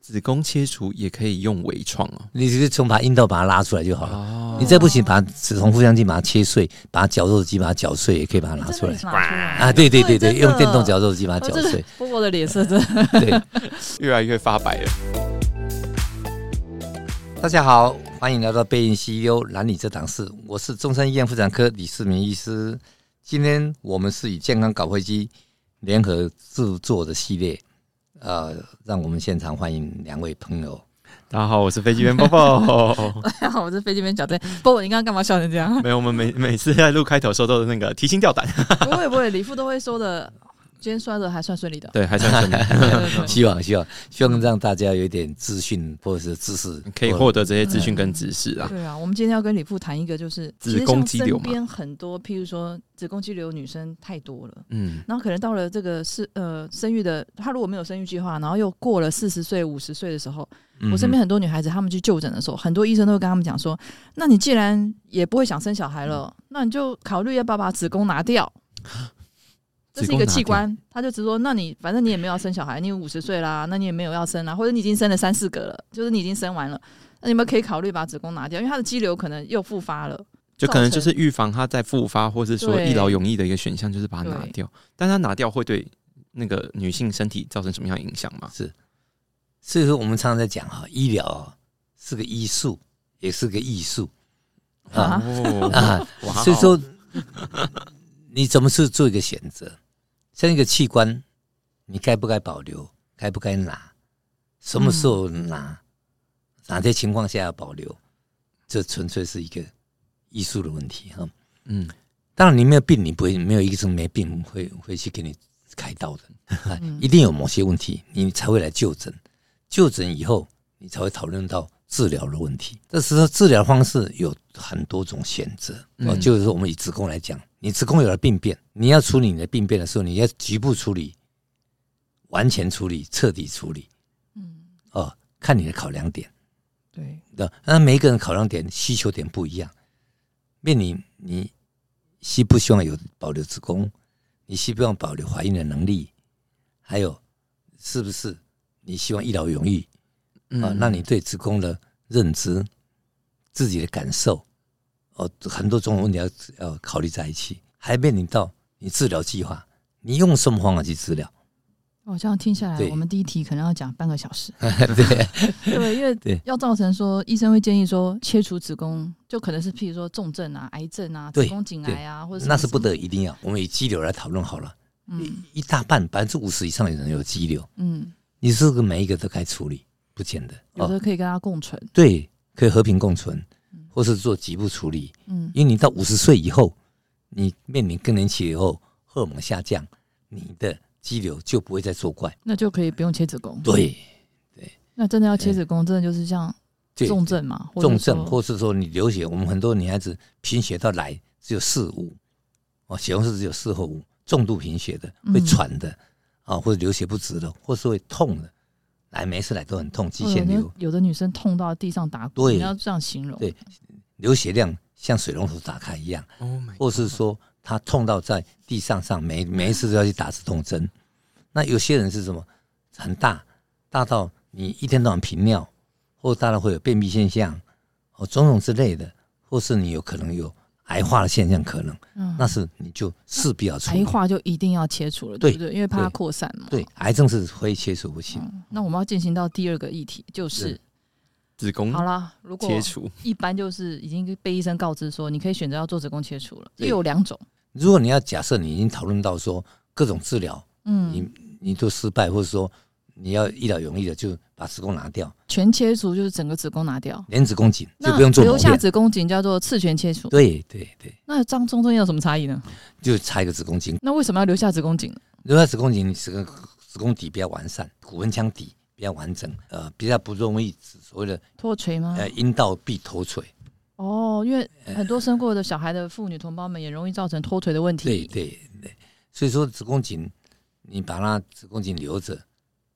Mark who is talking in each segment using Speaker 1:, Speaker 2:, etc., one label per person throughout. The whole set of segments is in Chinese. Speaker 1: 子宫切除也可以用微创哦。
Speaker 2: 你只是从把阴道把它拉出来就好了。
Speaker 1: 哦
Speaker 2: 你再不行，把子宫腹腔镜把它切碎，把绞肉机把它绞碎，也可以把它拿
Speaker 3: 哦真
Speaker 2: 出
Speaker 3: 的
Speaker 2: 来
Speaker 3: 是。拿出来。
Speaker 2: 啊，对对对
Speaker 3: 对
Speaker 2: 对，
Speaker 3: 真的
Speaker 2: 用电动绞肉机把它
Speaker 3: 哦
Speaker 2: 绞
Speaker 3: 这个
Speaker 2: 碎。
Speaker 3: 波波的脸色 真的，
Speaker 2: 对，
Speaker 1: 越来越发白了。
Speaker 2: 大家好，欢迎来到背影 CEO 蓝理这档事，我是中山医院妇产科李世明医师。今天我们是以健康搞会机联合制作的系列，呃，让我们现场欢迎两位朋友。
Speaker 1: 大家好，我是飞机员抱抱。
Speaker 3: 还好我是飞机边角对。波波，你刚刚干嘛笑成这样？
Speaker 1: 没有，我们每每次在录开头时候都是那个提心吊胆。
Speaker 3: 不会不会，李父都会说的。今天摔的还算顺利的，
Speaker 1: 对，还算顺利，
Speaker 3: 对对对
Speaker 2: 希望希望希望让大家有一点资讯或者是知识
Speaker 3: 嗯
Speaker 1: 可以获得这些资讯跟知识啊。
Speaker 3: 对啊！我们今天要跟李父谈一个，就是
Speaker 1: 子宫肌瘤
Speaker 3: 其实像
Speaker 1: 嘛
Speaker 3: 身边很多，譬如说子宫肌瘤女生太多了，
Speaker 1: 嗯，
Speaker 3: 然后可能到了这个是呃生育的，她如果没有生育计划，然后又过了四十岁、五十岁的时候，
Speaker 2: 嗯
Speaker 3: 我身边很多女孩子，她们去就诊的时候，很多医生都会跟她们讲说：，那你既然也不会想生小孩了，那你就考虑要不要把子宫拿掉。这是一个器官，他就只说，那你反正你也没有要生小孩，你五十岁啦，那你也没有要生啊啦，或者你已经生了三四个了，就是你已经生完了，那你们可以考虑把子宫拿掉，因为它的肌瘤可能又复发了。
Speaker 1: 就可能就是预防它再复发，或是说
Speaker 3: 对
Speaker 1: 一劳永逸的一个选项，就是把它拿
Speaker 3: 对
Speaker 1: 掉。但它拿掉会对那个女性身体造成什么样的影响吗？
Speaker 2: 所以说，我们常常在讲哈，医疗哦是个医术，也是个艺术
Speaker 3: 啊
Speaker 1: 哦，
Speaker 2: 啊。
Speaker 1: 哇哦
Speaker 2: 所以说， 你怎么去做一个选择？像一个器官，你该不该保留？该不该拿？什么时候拿？哪些情况下要保留？这纯粹是一个艺术的问题哈。
Speaker 1: 嗯，
Speaker 2: 当然，你没有病，你不会没有医生没病会会去给你开刀的，啊
Speaker 3: 嗯
Speaker 2: 一定有某些问题，你才会来就诊。就诊以后，你才会讨论到治疗的问题。这时候治疗方式有很多种选择，哦，
Speaker 1: 嗯
Speaker 2: 就是说我们以子宫来讲，你子宫有了病变，你要处理你的病变的时候，你要局部处理、完全处理、彻底处理，
Speaker 3: 嗯，
Speaker 2: 哦，看你的考量点。
Speaker 3: 对，
Speaker 2: 对，那每一个人考量点、需求点不一样。面你你希不希望有保留子宫？你希不希望保留怀孕的能力？还有，是不是你希望一劳永逸、
Speaker 1: 嗯
Speaker 2: 啊？那你对子宫的认知、自己的感受，哦，很多种问题要要考虑在一起。还面临到你治疗计划，你用什么方法去治疗？
Speaker 3: 我哦这样听下来
Speaker 2: 对，
Speaker 3: 我们第一题可能要讲半个小时。
Speaker 2: 对，
Speaker 3: 对，因
Speaker 2: 对
Speaker 3: 为要造成说，医生会建议说切除子宫，就可能是譬如说重症啊、癌症啊、
Speaker 2: 对
Speaker 3: 子宫颈癌啊，或者
Speaker 2: 那是不
Speaker 3: 得
Speaker 2: 得一定要。我们以肌瘤来讨论好了，
Speaker 3: 嗯
Speaker 2: 一大半百分之五十以上的人有肌瘤。
Speaker 3: 嗯，
Speaker 2: 你是不是每一个都该处理？不见得哦
Speaker 3: 有的可以跟它共存，
Speaker 2: 对，可以和平共存
Speaker 3: 嗯，
Speaker 2: 或是做局部处理。
Speaker 3: 嗯
Speaker 2: 因为你到五十岁以后，你面临更年期以后，荷尔蒙下降，你的肌瘤就不会再作怪。
Speaker 3: 那就可以不用切子宫。，
Speaker 2: 对，哎
Speaker 3: 那真的要切子宫，真的就是像
Speaker 2: 对
Speaker 3: 重症嘛，或者
Speaker 2: 重症，
Speaker 3: 说
Speaker 2: 或是说你流血，我们很多女孩子贫血到来只有四五，哦，血红素只有四或五，重度贫血的
Speaker 3: 嗯
Speaker 2: 会喘的，啊、或者流血不止的，或是会痛的，来每次来都很痛，肌
Speaker 3: 或者
Speaker 2: 腺
Speaker 3: 哦有
Speaker 2: 瘤
Speaker 3: 的。有的女生痛到地上打滚，
Speaker 2: 对
Speaker 3: 你要这样形容。哎
Speaker 2: 对流血量像水龙头打开一样，
Speaker 1: Oh my
Speaker 2: 或是说他痛到在地上上每每一次都要去打止痛针。那有些人是什么很大，大到你一天到晚频尿，或大到会有便秘现象，哦种种之类的，或是你有可能有癌化的现象，可能
Speaker 3: 嗯，
Speaker 2: 那是你就势必要处
Speaker 3: 癌
Speaker 2: 理。
Speaker 3: 化就一定要切除了，
Speaker 2: 对
Speaker 3: 对不对？因为怕它
Speaker 2: 对
Speaker 3: 扩散嘛。
Speaker 2: 对，癌症是会切除不起的，
Speaker 3: 嗯。那我们要进行到第二个议题，就是
Speaker 1: 子宫
Speaker 3: 好啦，如果
Speaker 1: 切除，
Speaker 3: 一般就是已经被医生告知说，你可以选择要做子宫切除了，
Speaker 2: 对
Speaker 3: 又有两种，
Speaker 2: 如果你要假设你已经讨论到说各种治疗
Speaker 3: 嗯
Speaker 2: 你，你都失败，或者说你要一劳永逸的就把子宫拿掉，
Speaker 3: 全切除就是整个子宫拿掉，
Speaker 2: 连子宫颈就
Speaker 3: 那
Speaker 2: 不用做
Speaker 3: 留
Speaker 2: 磨
Speaker 3: 下
Speaker 2: 片。
Speaker 3: 子宫颈叫做次全切除。
Speaker 2: 对对对，
Speaker 3: 那张中间有什么差异呢？
Speaker 2: 就插一个子宫颈，
Speaker 3: 那为什么要留下子宫颈呢？
Speaker 2: 留下子宫颈，你子宫子宫底比较完善，骨盆腔底比较完整，呃，比较不容易所谓的
Speaker 3: 脱垂吗？
Speaker 2: 呃阴道壁脱垂。
Speaker 3: 哦，因为很多生过的小孩的妇女同胞们也容易造成脱垂的问
Speaker 2: 对
Speaker 3: 题。
Speaker 2: 对对，所以说子宫颈，你把它子宫颈留着，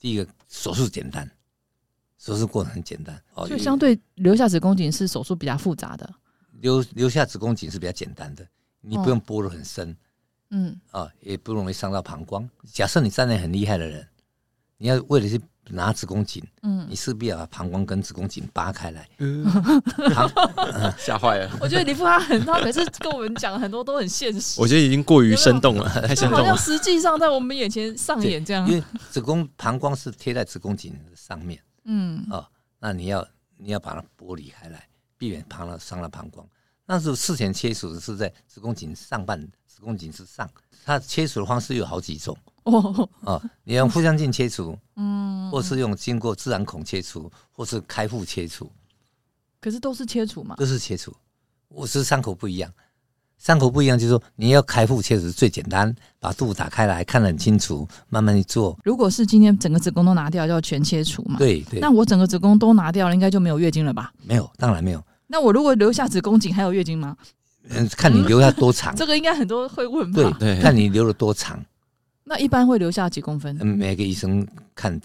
Speaker 2: 第一个手术简单，手术过程很简单哦，
Speaker 3: 所
Speaker 2: 有
Speaker 3: 以相对留下子宫颈是手术比较复杂的。
Speaker 2: 留留下子宫颈是比较简单的，你不用剥得很深。
Speaker 3: 嗯，
Speaker 2: 啊，也不容易伤到膀胱。假设你站内很厉害的人，你要为了去拿子宫颈，
Speaker 3: 嗯
Speaker 2: 你，势必要把膀胱跟子宫颈扒开来。
Speaker 1: 吓坏了，
Speaker 3: 我觉得李富他很，他每次跟我们讲很多都很现实，
Speaker 1: 我觉得已经过于生动了，太
Speaker 3: 就
Speaker 1: 生
Speaker 3: 好
Speaker 1: 动
Speaker 3: 像
Speaker 1: 了。
Speaker 3: 实际上在我们眼前上演这样
Speaker 2: 因。为子宫膀胱是贴在子宫颈上面
Speaker 3: 嗯
Speaker 2: 啊、哦那你要你要把它剥离开来，避免膀了伤了膀胱。那时候事前切除是在子宫颈上半，子宫颈之上，它切除的方式有好几种
Speaker 3: 哦，
Speaker 2: 啊、哦你用腹腔镜切除，
Speaker 3: 嗯，
Speaker 2: 或是用经过自然孔切除，或是开腹切除，
Speaker 3: 可是都是切除嘛。
Speaker 2: 都是切除。我是伤口不一样，伤口不一样，就是说你要开腹切除最简单，把肚打开来看得很清楚，慢慢去做。
Speaker 3: 如果是今天整个子宫都拿掉，叫全切除嘛。。
Speaker 2: 对对，
Speaker 3: 那我整个子宫都拿掉了，应该就没有月经了吧？
Speaker 2: 没有，当然没有。
Speaker 3: 那我如果留下子宫颈还有月经吗？
Speaker 2: 嗯，看你留下多长，
Speaker 3: 这个应该很多会问
Speaker 2: 对
Speaker 3: 吧？
Speaker 1: 对
Speaker 2: 看你留了多长。
Speaker 3: 那一般会留下几公分？
Speaker 2: 嗯，每个医生看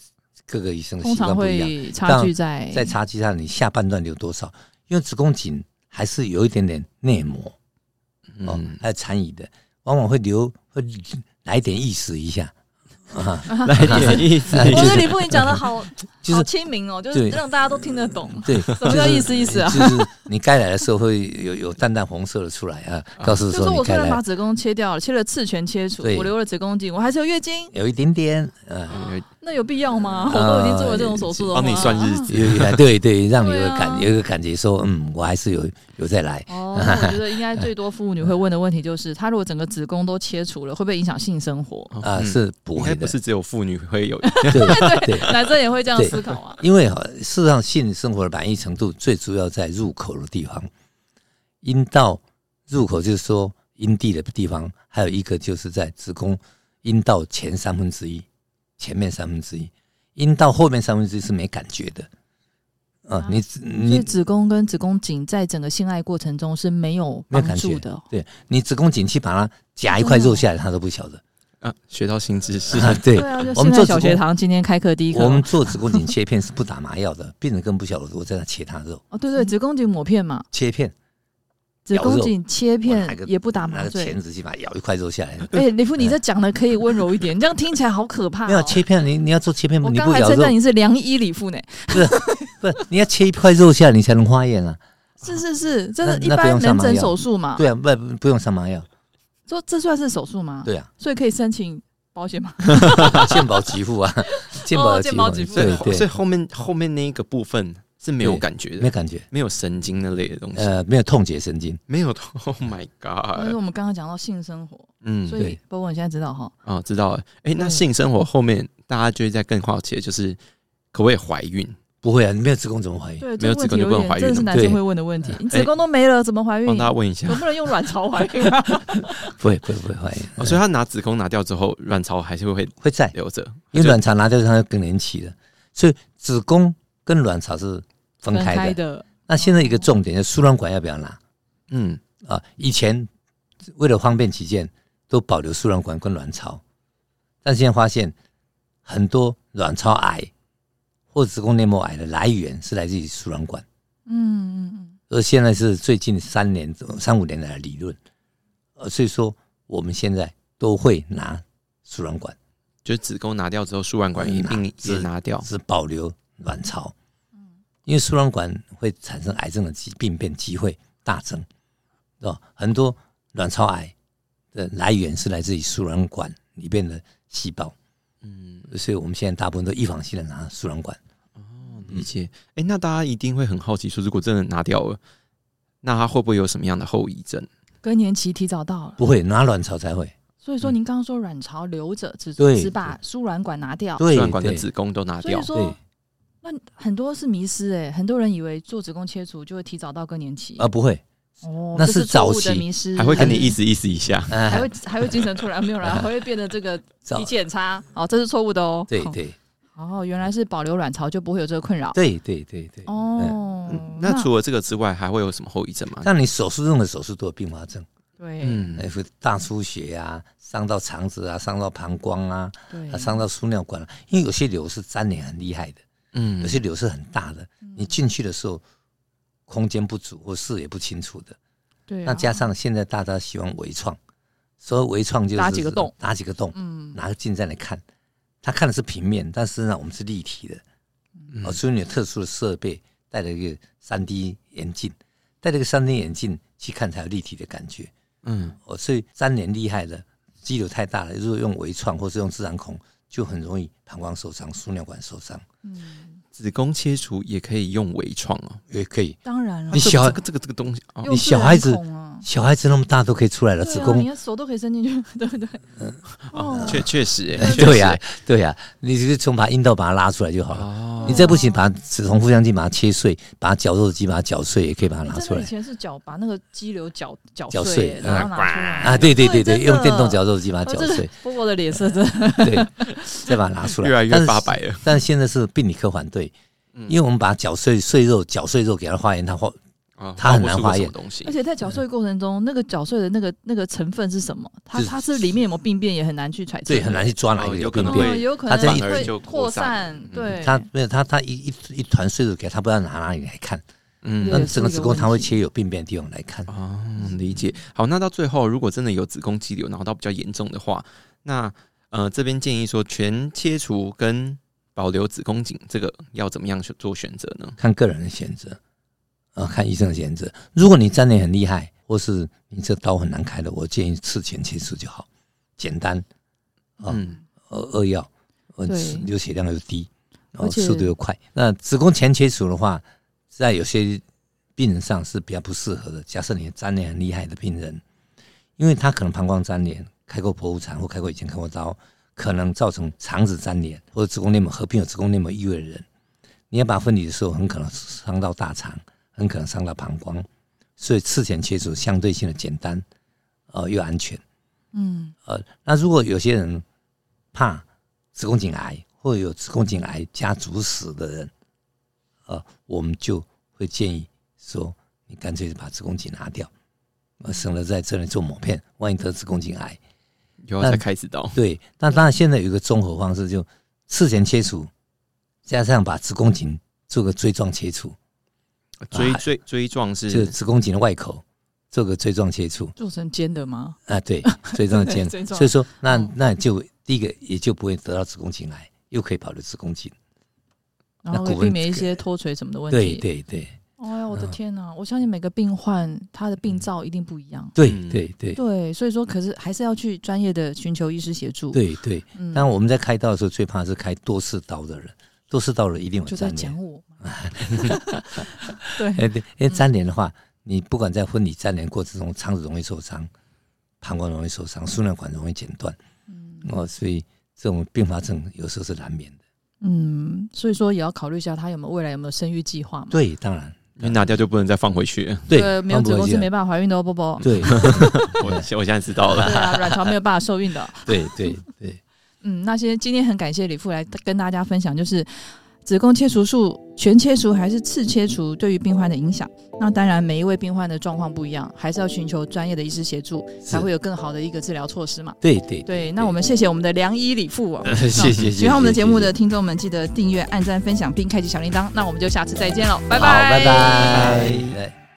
Speaker 2: 各个医生的
Speaker 3: 通
Speaker 2: 习
Speaker 3: 常
Speaker 2: 惯不一样，
Speaker 3: 会差距在
Speaker 2: 在差距上你下半段留多少，因为子宫颈还是有一点点内膜哦，
Speaker 1: 嗯，
Speaker 2: 还有残余的，往往会留会来一点意思一下，
Speaker 1: 来点意思，
Speaker 3: 我觉得李 不你讲的好，
Speaker 2: 就是
Speaker 3: 好亲民哦，就是
Speaker 2: 对
Speaker 3: 让大家都听得懂。
Speaker 2: 对，
Speaker 3: 什么叫意思意思啊
Speaker 2: 就是你该来的时候会有有淡淡红色的出来啊，告诉
Speaker 3: 就是
Speaker 2: 说
Speaker 3: 我
Speaker 2: 你
Speaker 3: 虽
Speaker 2: 该
Speaker 3: 然
Speaker 2: 来
Speaker 3: 把，子宫切掉了，切了次全切除，
Speaker 2: 对
Speaker 3: 我留了子宫颈，我还是有月经，
Speaker 2: 有一点点啊，
Speaker 3: 嗯那有必要吗？我都已经做了这种手术了，
Speaker 1: 帮你算日。子，
Speaker 2: 有一点对 对，让你有
Speaker 3: 对
Speaker 2: 个
Speaker 3: 啊
Speaker 2: 感有一个感觉说，嗯，我还是有有在来。
Speaker 3: 哦，那我觉得应该最多妇女会问的问题就是，她如果整个子宫都切除了，会不会影响性生 活？
Speaker 2: 啊、
Speaker 1: 嗯
Speaker 2: 是不
Speaker 1: 应
Speaker 2: 会
Speaker 1: 该
Speaker 2: 的
Speaker 1: 不，是只有妇女会有，
Speaker 2: 对对，
Speaker 3: 男生也会这样
Speaker 2: 对
Speaker 3: 思考啊。
Speaker 2: 因为哈，事实上性生活的满意程度最主要在入口的地方，阴道入口就是说阴蒂的地方，还有一个就是在子宫阴道前三分之一，前面三分之一，阴道后面三分之一是没感觉的。啊
Speaker 3: 啊，
Speaker 2: 你
Speaker 3: 所以
Speaker 2: 你
Speaker 3: 子宫跟子宫颈在整个性爱过程中是没有
Speaker 2: 没有
Speaker 3: 帮
Speaker 2: 感
Speaker 3: 助
Speaker 2: 觉
Speaker 3: 的哦。
Speaker 2: 对你子宫颈去把它夹一块肉下来，他都不晓得。
Speaker 1: 啊，学到新知识，
Speaker 2: 啊，对
Speaker 3: 对，啊，就
Speaker 2: 我
Speaker 3: 现
Speaker 2: 们
Speaker 3: 在
Speaker 2: 做
Speaker 3: 小
Speaker 2: 子
Speaker 3: 学
Speaker 2: 宫，
Speaker 3: 堂今天开课第一课
Speaker 2: 我
Speaker 3: 嘛
Speaker 2: 们，做子宫颈切片是不打麻药的，病人更不晓得我在那切他肉，
Speaker 3: 哦，对对，子宫颈抹片嘛，
Speaker 2: 切片
Speaker 3: 子
Speaker 2: 嗯咬肉
Speaker 3: 宫颈切片
Speaker 2: 我拿个
Speaker 3: 也不打
Speaker 2: 拿
Speaker 3: 麻
Speaker 2: 个
Speaker 3: 醉
Speaker 2: 钳。子去把它咬一块肉下来，
Speaker 3: 哎，李富，你这讲的可以温柔一 点，你这样听起来好可怕哦。
Speaker 2: 没有切片，你你要做切片，
Speaker 3: 我
Speaker 2: 你
Speaker 3: 刚
Speaker 2: 不
Speaker 3: 还
Speaker 2: 咬
Speaker 3: 称
Speaker 2: 肉
Speaker 3: 赞，你是良医李富呢。
Speaker 2: 不是你要切一块肉下来，你才能化验啊。
Speaker 3: 是是是，真的，
Speaker 2: 那
Speaker 3: 一
Speaker 2: 那不
Speaker 3: 般
Speaker 2: 用上
Speaker 3: 门
Speaker 2: 麻
Speaker 3: 诊
Speaker 2: 药
Speaker 3: 手术嘛，
Speaker 2: 对啊，不不用上麻药，
Speaker 3: 说这算是手术吗？，
Speaker 2: 对啊，
Speaker 3: 所以可以申请保险吗？
Speaker 2: 健保给付啊，健保
Speaker 3: 哦健保
Speaker 2: 给
Speaker 3: 给
Speaker 2: 付，
Speaker 3: 付
Speaker 1: 所以
Speaker 2: 对
Speaker 1: 后所以
Speaker 2: 对，
Speaker 1: 后面后面那一个部分是没有
Speaker 2: 对
Speaker 1: 感觉
Speaker 2: 没
Speaker 1: 的，
Speaker 2: 感觉，
Speaker 1: 没有神经那类的东西，
Speaker 2: 呃，没有痛觉神经，
Speaker 1: 没有。Oh my
Speaker 3: 但是
Speaker 1: god！
Speaker 3: 我们刚刚讲到性生活，
Speaker 1: 嗯，
Speaker 3: 所
Speaker 2: 对
Speaker 3: 以波波你现在知道哈？
Speaker 1: 啊、知道了。哎、那
Speaker 3: 嗯
Speaker 1: 性生活后面大家就会在更好奇，的就是可不可以怀孕？
Speaker 2: 不会啊，你没有子宫怎么怀孕？
Speaker 3: 对，
Speaker 1: 没有
Speaker 3: 这
Speaker 1: 子宫
Speaker 3: 个问题
Speaker 1: 就不能
Speaker 3: 点
Speaker 1: 怀孕
Speaker 3: 真的是
Speaker 1: 了
Speaker 3: 男生
Speaker 2: 对哎
Speaker 3: 会问的问题。你子宫都没了，怎么怀孕？
Speaker 1: 帮大家
Speaker 3: 总
Speaker 1: 问一下。
Speaker 3: 不能用卵巢怀 孕吧？
Speaker 2: 不会不会不会怀孕，
Speaker 1: 哦、所以他拿子宫拿掉之后，卵巢还是会
Speaker 2: 会在，
Speaker 1: 留着。
Speaker 2: 因
Speaker 1: 就
Speaker 2: 为卵巢拿掉它就更年期了，所以子宫跟卵巢是分
Speaker 3: 分
Speaker 2: 开
Speaker 3: 开
Speaker 2: 的。
Speaker 3: 的，
Speaker 2: 那现在一个重点就是输卵管要不要拿
Speaker 1: 嗯，
Speaker 2: 啊？以前为了方便起见，都保留输卵管跟卵巢，但现在发现很多卵巢癌或子宫内膜癌的来源是来自于输卵管，
Speaker 3: 嗯嗯嗯，
Speaker 2: 而现在是最近三年、三五年来的理论，呃，所以说我们现在都会拿输卵管，
Speaker 1: 就是子宫拿掉之后，输卵管一并也拿掉。
Speaker 2: 嗯是保留卵巢，因为输卵管会产生癌症的疾病变机会大增，是吧？很多卵巢癌的来源是来自于输卵管里边的细胞，
Speaker 1: 嗯，
Speaker 2: 所以我们现在大部分都预防性的拿输卵管。
Speaker 1: 哦理解。哎、那大家一定会很好奇，说如果真的拿掉了，那它会不会有什么样的后遗症？
Speaker 3: 更年期提早到了。
Speaker 2: 不会拿卵巢才会，
Speaker 3: 所以说，您刚刚说卵巢留着，只
Speaker 2: 对
Speaker 3: 只把输卵管拿掉。
Speaker 1: 啊输
Speaker 2: 对
Speaker 1: 卵管跟
Speaker 2: 对
Speaker 1: 子宫都拿
Speaker 3: 所
Speaker 1: 掉
Speaker 3: 以。
Speaker 2: 对
Speaker 3: 说，那很多是迷失哎，很多人以为做子宫切除就会提早到更年期
Speaker 2: 啊，不会，
Speaker 3: 哦，
Speaker 2: 那
Speaker 3: 这是
Speaker 2: 是早
Speaker 3: 错误的
Speaker 2: 期
Speaker 3: 迷失，
Speaker 1: 还会跟你
Speaker 2: 嗯
Speaker 1: 意思意思一下，
Speaker 3: 还
Speaker 2: 哎
Speaker 3: 会，还会精神突然没有啦，还会变得这个
Speaker 2: 早
Speaker 3: 脾气很差。哦，这是错误的哦。
Speaker 2: 对对
Speaker 3: 哦，原来是保留卵巢就不会有这个困扰。
Speaker 2: 对对对对。
Speaker 3: 哦
Speaker 1: 嗯，那除了这个之外，还会有什么后遗症吗？
Speaker 2: 但你手术任何手术都有并发症，
Speaker 3: 对
Speaker 1: 嗯
Speaker 2: 哎，会大出血啊，伤到肠子啊，伤到膀胱啊，
Speaker 3: 对
Speaker 2: 啊，伤到输尿管啊。因为有些瘤是粘连很厉害的，
Speaker 1: 嗯
Speaker 2: 有些瘤是很大的，
Speaker 3: 嗯
Speaker 2: 你进去的时候空间不足或视野不清楚的。
Speaker 3: 对啊，
Speaker 2: 那加上现在大家喜欢微创，所以微创就是
Speaker 3: 打几个洞，
Speaker 2: 打几个洞，
Speaker 3: 嗯
Speaker 2: 拿个镜再来看，他看的是平面，但是呢，我们是立体的。
Speaker 1: 嗯
Speaker 2: 哦，所以你有特殊的设备，戴了一个三 D 眼镜，戴了一个三 D 眼镜去看才有立体的感觉。
Speaker 1: 嗯
Speaker 2: 哦，所以粘连厉害的肌瘤太大了，如果用微创或是用自然孔，就很容易膀胱受伤、输尿管受伤，
Speaker 3: 嗯，
Speaker 1: 子宫切除也可以用微创哦。啊
Speaker 2: 也可以。
Speaker 3: 当然了
Speaker 2: 你，小
Speaker 1: 这个这个这个东西哦，
Speaker 3: 用
Speaker 2: 你
Speaker 3: 自然
Speaker 2: 小孩子
Speaker 3: 孔啊
Speaker 2: 小孩子那么大都可以出来了，
Speaker 3: 对
Speaker 2: 子
Speaker 3: 啊
Speaker 2: 宫
Speaker 3: 你的手都可以伸进去， 对不对？
Speaker 2: 嗯
Speaker 1: 哦
Speaker 2: 啊
Speaker 3: 哦，
Speaker 1: 确确实欸， 确实
Speaker 2: 呃对啊呀、对呀、你只是从把阴道把它拉出来就好了。
Speaker 1: 哦，
Speaker 2: 你再不行，把子宫腹腔镜把它切碎，把绞肉机把它绞碎，也可以把它
Speaker 3: 你
Speaker 2: 拿
Speaker 3: 哎真
Speaker 2: 出
Speaker 3: 的
Speaker 2: 来
Speaker 3: 以。前是搅把那个肌瘤搅搅
Speaker 2: 搅
Speaker 3: 碎
Speaker 2: 碎，
Speaker 3: 然后拿出来
Speaker 2: 啊，对对对对，
Speaker 3: 对真的
Speaker 2: 用电动绞肉机把它
Speaker 3: 哦
Speaker 2: 绞
Speaker 3: 这个
Speaker 2: 碎，
Speaker 3: 波波的脸色真的
Speaker 2: 对，再把它拿出来。
Speaker 1: 越来越
Speaker 2: 但是
Speaker 1: 八百了。
Speaker 2: 但是现在是病理科反对，
Speaker 1: 嗯
Speaker 2: 因为我们把绞碎碎肉、绞碎肉给它化验，它化
Speaker 1: 啊
Speaker 2: 它
Speaker 1: 画
Speaker 2: 很
Speaker 1: 不
Speaker 2: 难
Speaker 1: 出个
Speaker 2: 化
Speaker 1: 什
Speaker 2: 验
Speaker 1: 么东西
Speaker 3: 而。且在搅碎的过程中，那个搅碎的那个那个成分是什么？它
Speaker 2: 就是
Speaker 3: 它是里面有没有病变也很难去揣测，
Speaker 2: 对很难去抓哪
Speaker 1: 哦
Speaker 2: 一个
Speaker 1: 有可
Speaker 2: 病
Speaker 1: 能
Speaker 3: 哦，
Speaker 1: 会
Speaker 2: 变。
Speaker 3: 也有可
Speaker 2: 它
Speaker 3: 能
Speaker 2: 这样一
Speaker 1: 反而就
Speaker 3: 会
Speaker 1: 扩
Speaker 3: 扩
Speaker 1: 散
Speaker 3: 散
Speaker 1: 嗯，
Speaker 3: 对，
Speaker 2: 它没有它它一一一团碎肉给它，不知道拿哪里来看。那
Speaker 3: 也
Speaker 1: 嗯
Speaker 3: 对是
Speaker 2: 整个
Speaker 3: 一个
Speaker 2: 子宫它
Speaker 3: 问
Speaker 2: 会
Speaker 3: 题
Speaker 2: 切有病变的地方来看。
Speaker 1: 哦，理解。好，那到最后，如果真的有子宫肌瘤，然后到比较严重的话，那呃这边建议说全切除跟保留子宫颈这个要怎么样去做选择呢？
Speaker 2: 看个人的选择，啊，看医生的选择。如果你粘连很厉害，或是你这刀很难开的，我建议刺前切除就好，简单，哦
Speaker 1: 嗯，
Speaker 2: 呃，扼要，呃，
Speaker 3: 对
Speaker 2: 吃流血量又低，然
Speaker 3: 而
Speaker 2: 后
Speaker 3: 且
Speaker 2: 速度又快。那子宫前切除的话，在有些病人上是比较不适合的。假设你粘连很厉害的病人，因为他可能膀胱粘连，开过剖腹产或开过以前开过刀，可能造成肠子粘连或者子宫内膜合并有子宫内膜异位的人，你要把它分离的时候，很可能伤到大肠，很可能伤到膀胱，所以刺前切除相对性的简单，呃，又安全。
Speaker 3: 嗯，
Speaker 2: 呃，那如果有些人怕子宫颈癌或有子宫颈癌家族史的人，呃，我们就会建议说，你干脆把子宫颈拿掉，呃，省得在这里做抹片，万一得子宫颈呃癌。
Speaker 1: 以后
Speaker 2: 那
Speaker 1: 才开始刀。
Speaker 2: 对，那当然现在有一个综合方式，就事前切除，加上把子宫颈做个锥状切除，
Speaker 1: 追
Speaker 2: 啊
Speaker 1: 追追撞
Speaker 2: 就是
Speaker 1: 是
Speaker 2: 子宫颈的外口做个锥状切除。
Speaker 3: 做成尖的吗？
Speaker 2: 啊，对，所以这样
Speaker 3: 对
Speaker 2: 尖，
Speaker 3: 所以这样
Speaker 2: 所以说那
Speaker 3: 嗯
Speaker 2: 那就第一个也就不会得到子宫颈癌，又可以保留子宫颈。
Speaker 3: 然后
Speaker 2: 那
Speaker 3: 会
Speaker 2: 骨盆
Speaker 3: 避免一些脱垂什么的问
Speaker 2: 对
Speaker 3: 题。，
Speaker 2: 对嗯对
Speaker 3: 哎呀，我的天哪！我相信每个病患他的病灶一定不一样。
Speaker 2: 对
Speaker 1: 嗯
Speaker 2: 对对
Speaker 3: 对，所以说，可是还是要去专业的寻求医师协助。，
Speaker 2: 对对。
Speaker 3: 嗯
Speaker 2: 当然我们在开刀的时候，最怕是开多次刀的人，多次刀的人一定有
Speaker 3: 就在
Speaker 2: 粘连。
Speaker 3: 讲嗯我。 对，
Speaker 2: 哎，对，因为粘连的话，你不管在婚礼粘连过程中，肠子容易受伤，膀胱容易受伤，输尿管容易剪断
Speaker 3: 嗯
Speaker 2: 哦，所以这种并发症有时候是难免的。
Speaker 3: 嗯，所以说也要考虑一下他有没有未来有没有生育计划嘛。
Speaker 2: 对，当然
Speaker 1: 因为拿掉就不能再放回去 了。
Speaker 2: 对，
Speaker 3: 没有子宫是
Speaker 2: 方
Speaker 3: 没
Speaker 2: 博
Speaker 3: 办法怀孕的哦，波波。
Speaker 2: 对
Speaker 1: 我我现在知道了。
Speaker 3: 对啊，卵巢没有办法受孕的。
Speaker 2: 对对对，
Speaker 3: 嗯，那些今天很感谢李富来跟大家分享，就是子宫切除术全切除还是次切除对于病患的影响。那当然，每一位病患的状况不一样，还是要寻求专业的医师协助， 才会
Speaker 2: 有
Speaker 3: 有更好的一个治疗措施嘛。
Speaker 2: 对对
Speaker 3: 对，那我们谢谢我们的良医李富哦。
Speaker 2: 谢 谢谢谢。
Speaker 3: 喜欢我们的节目
Speaker 2: 谢谢
Speaker 3: 的听众们，记得订阅、按赞、分享并开启小铃铛。那我们就下次再见喽，拜
Speaker 2: 好，拜拜。
Speaker 1: 拜
Speaker 2: 拜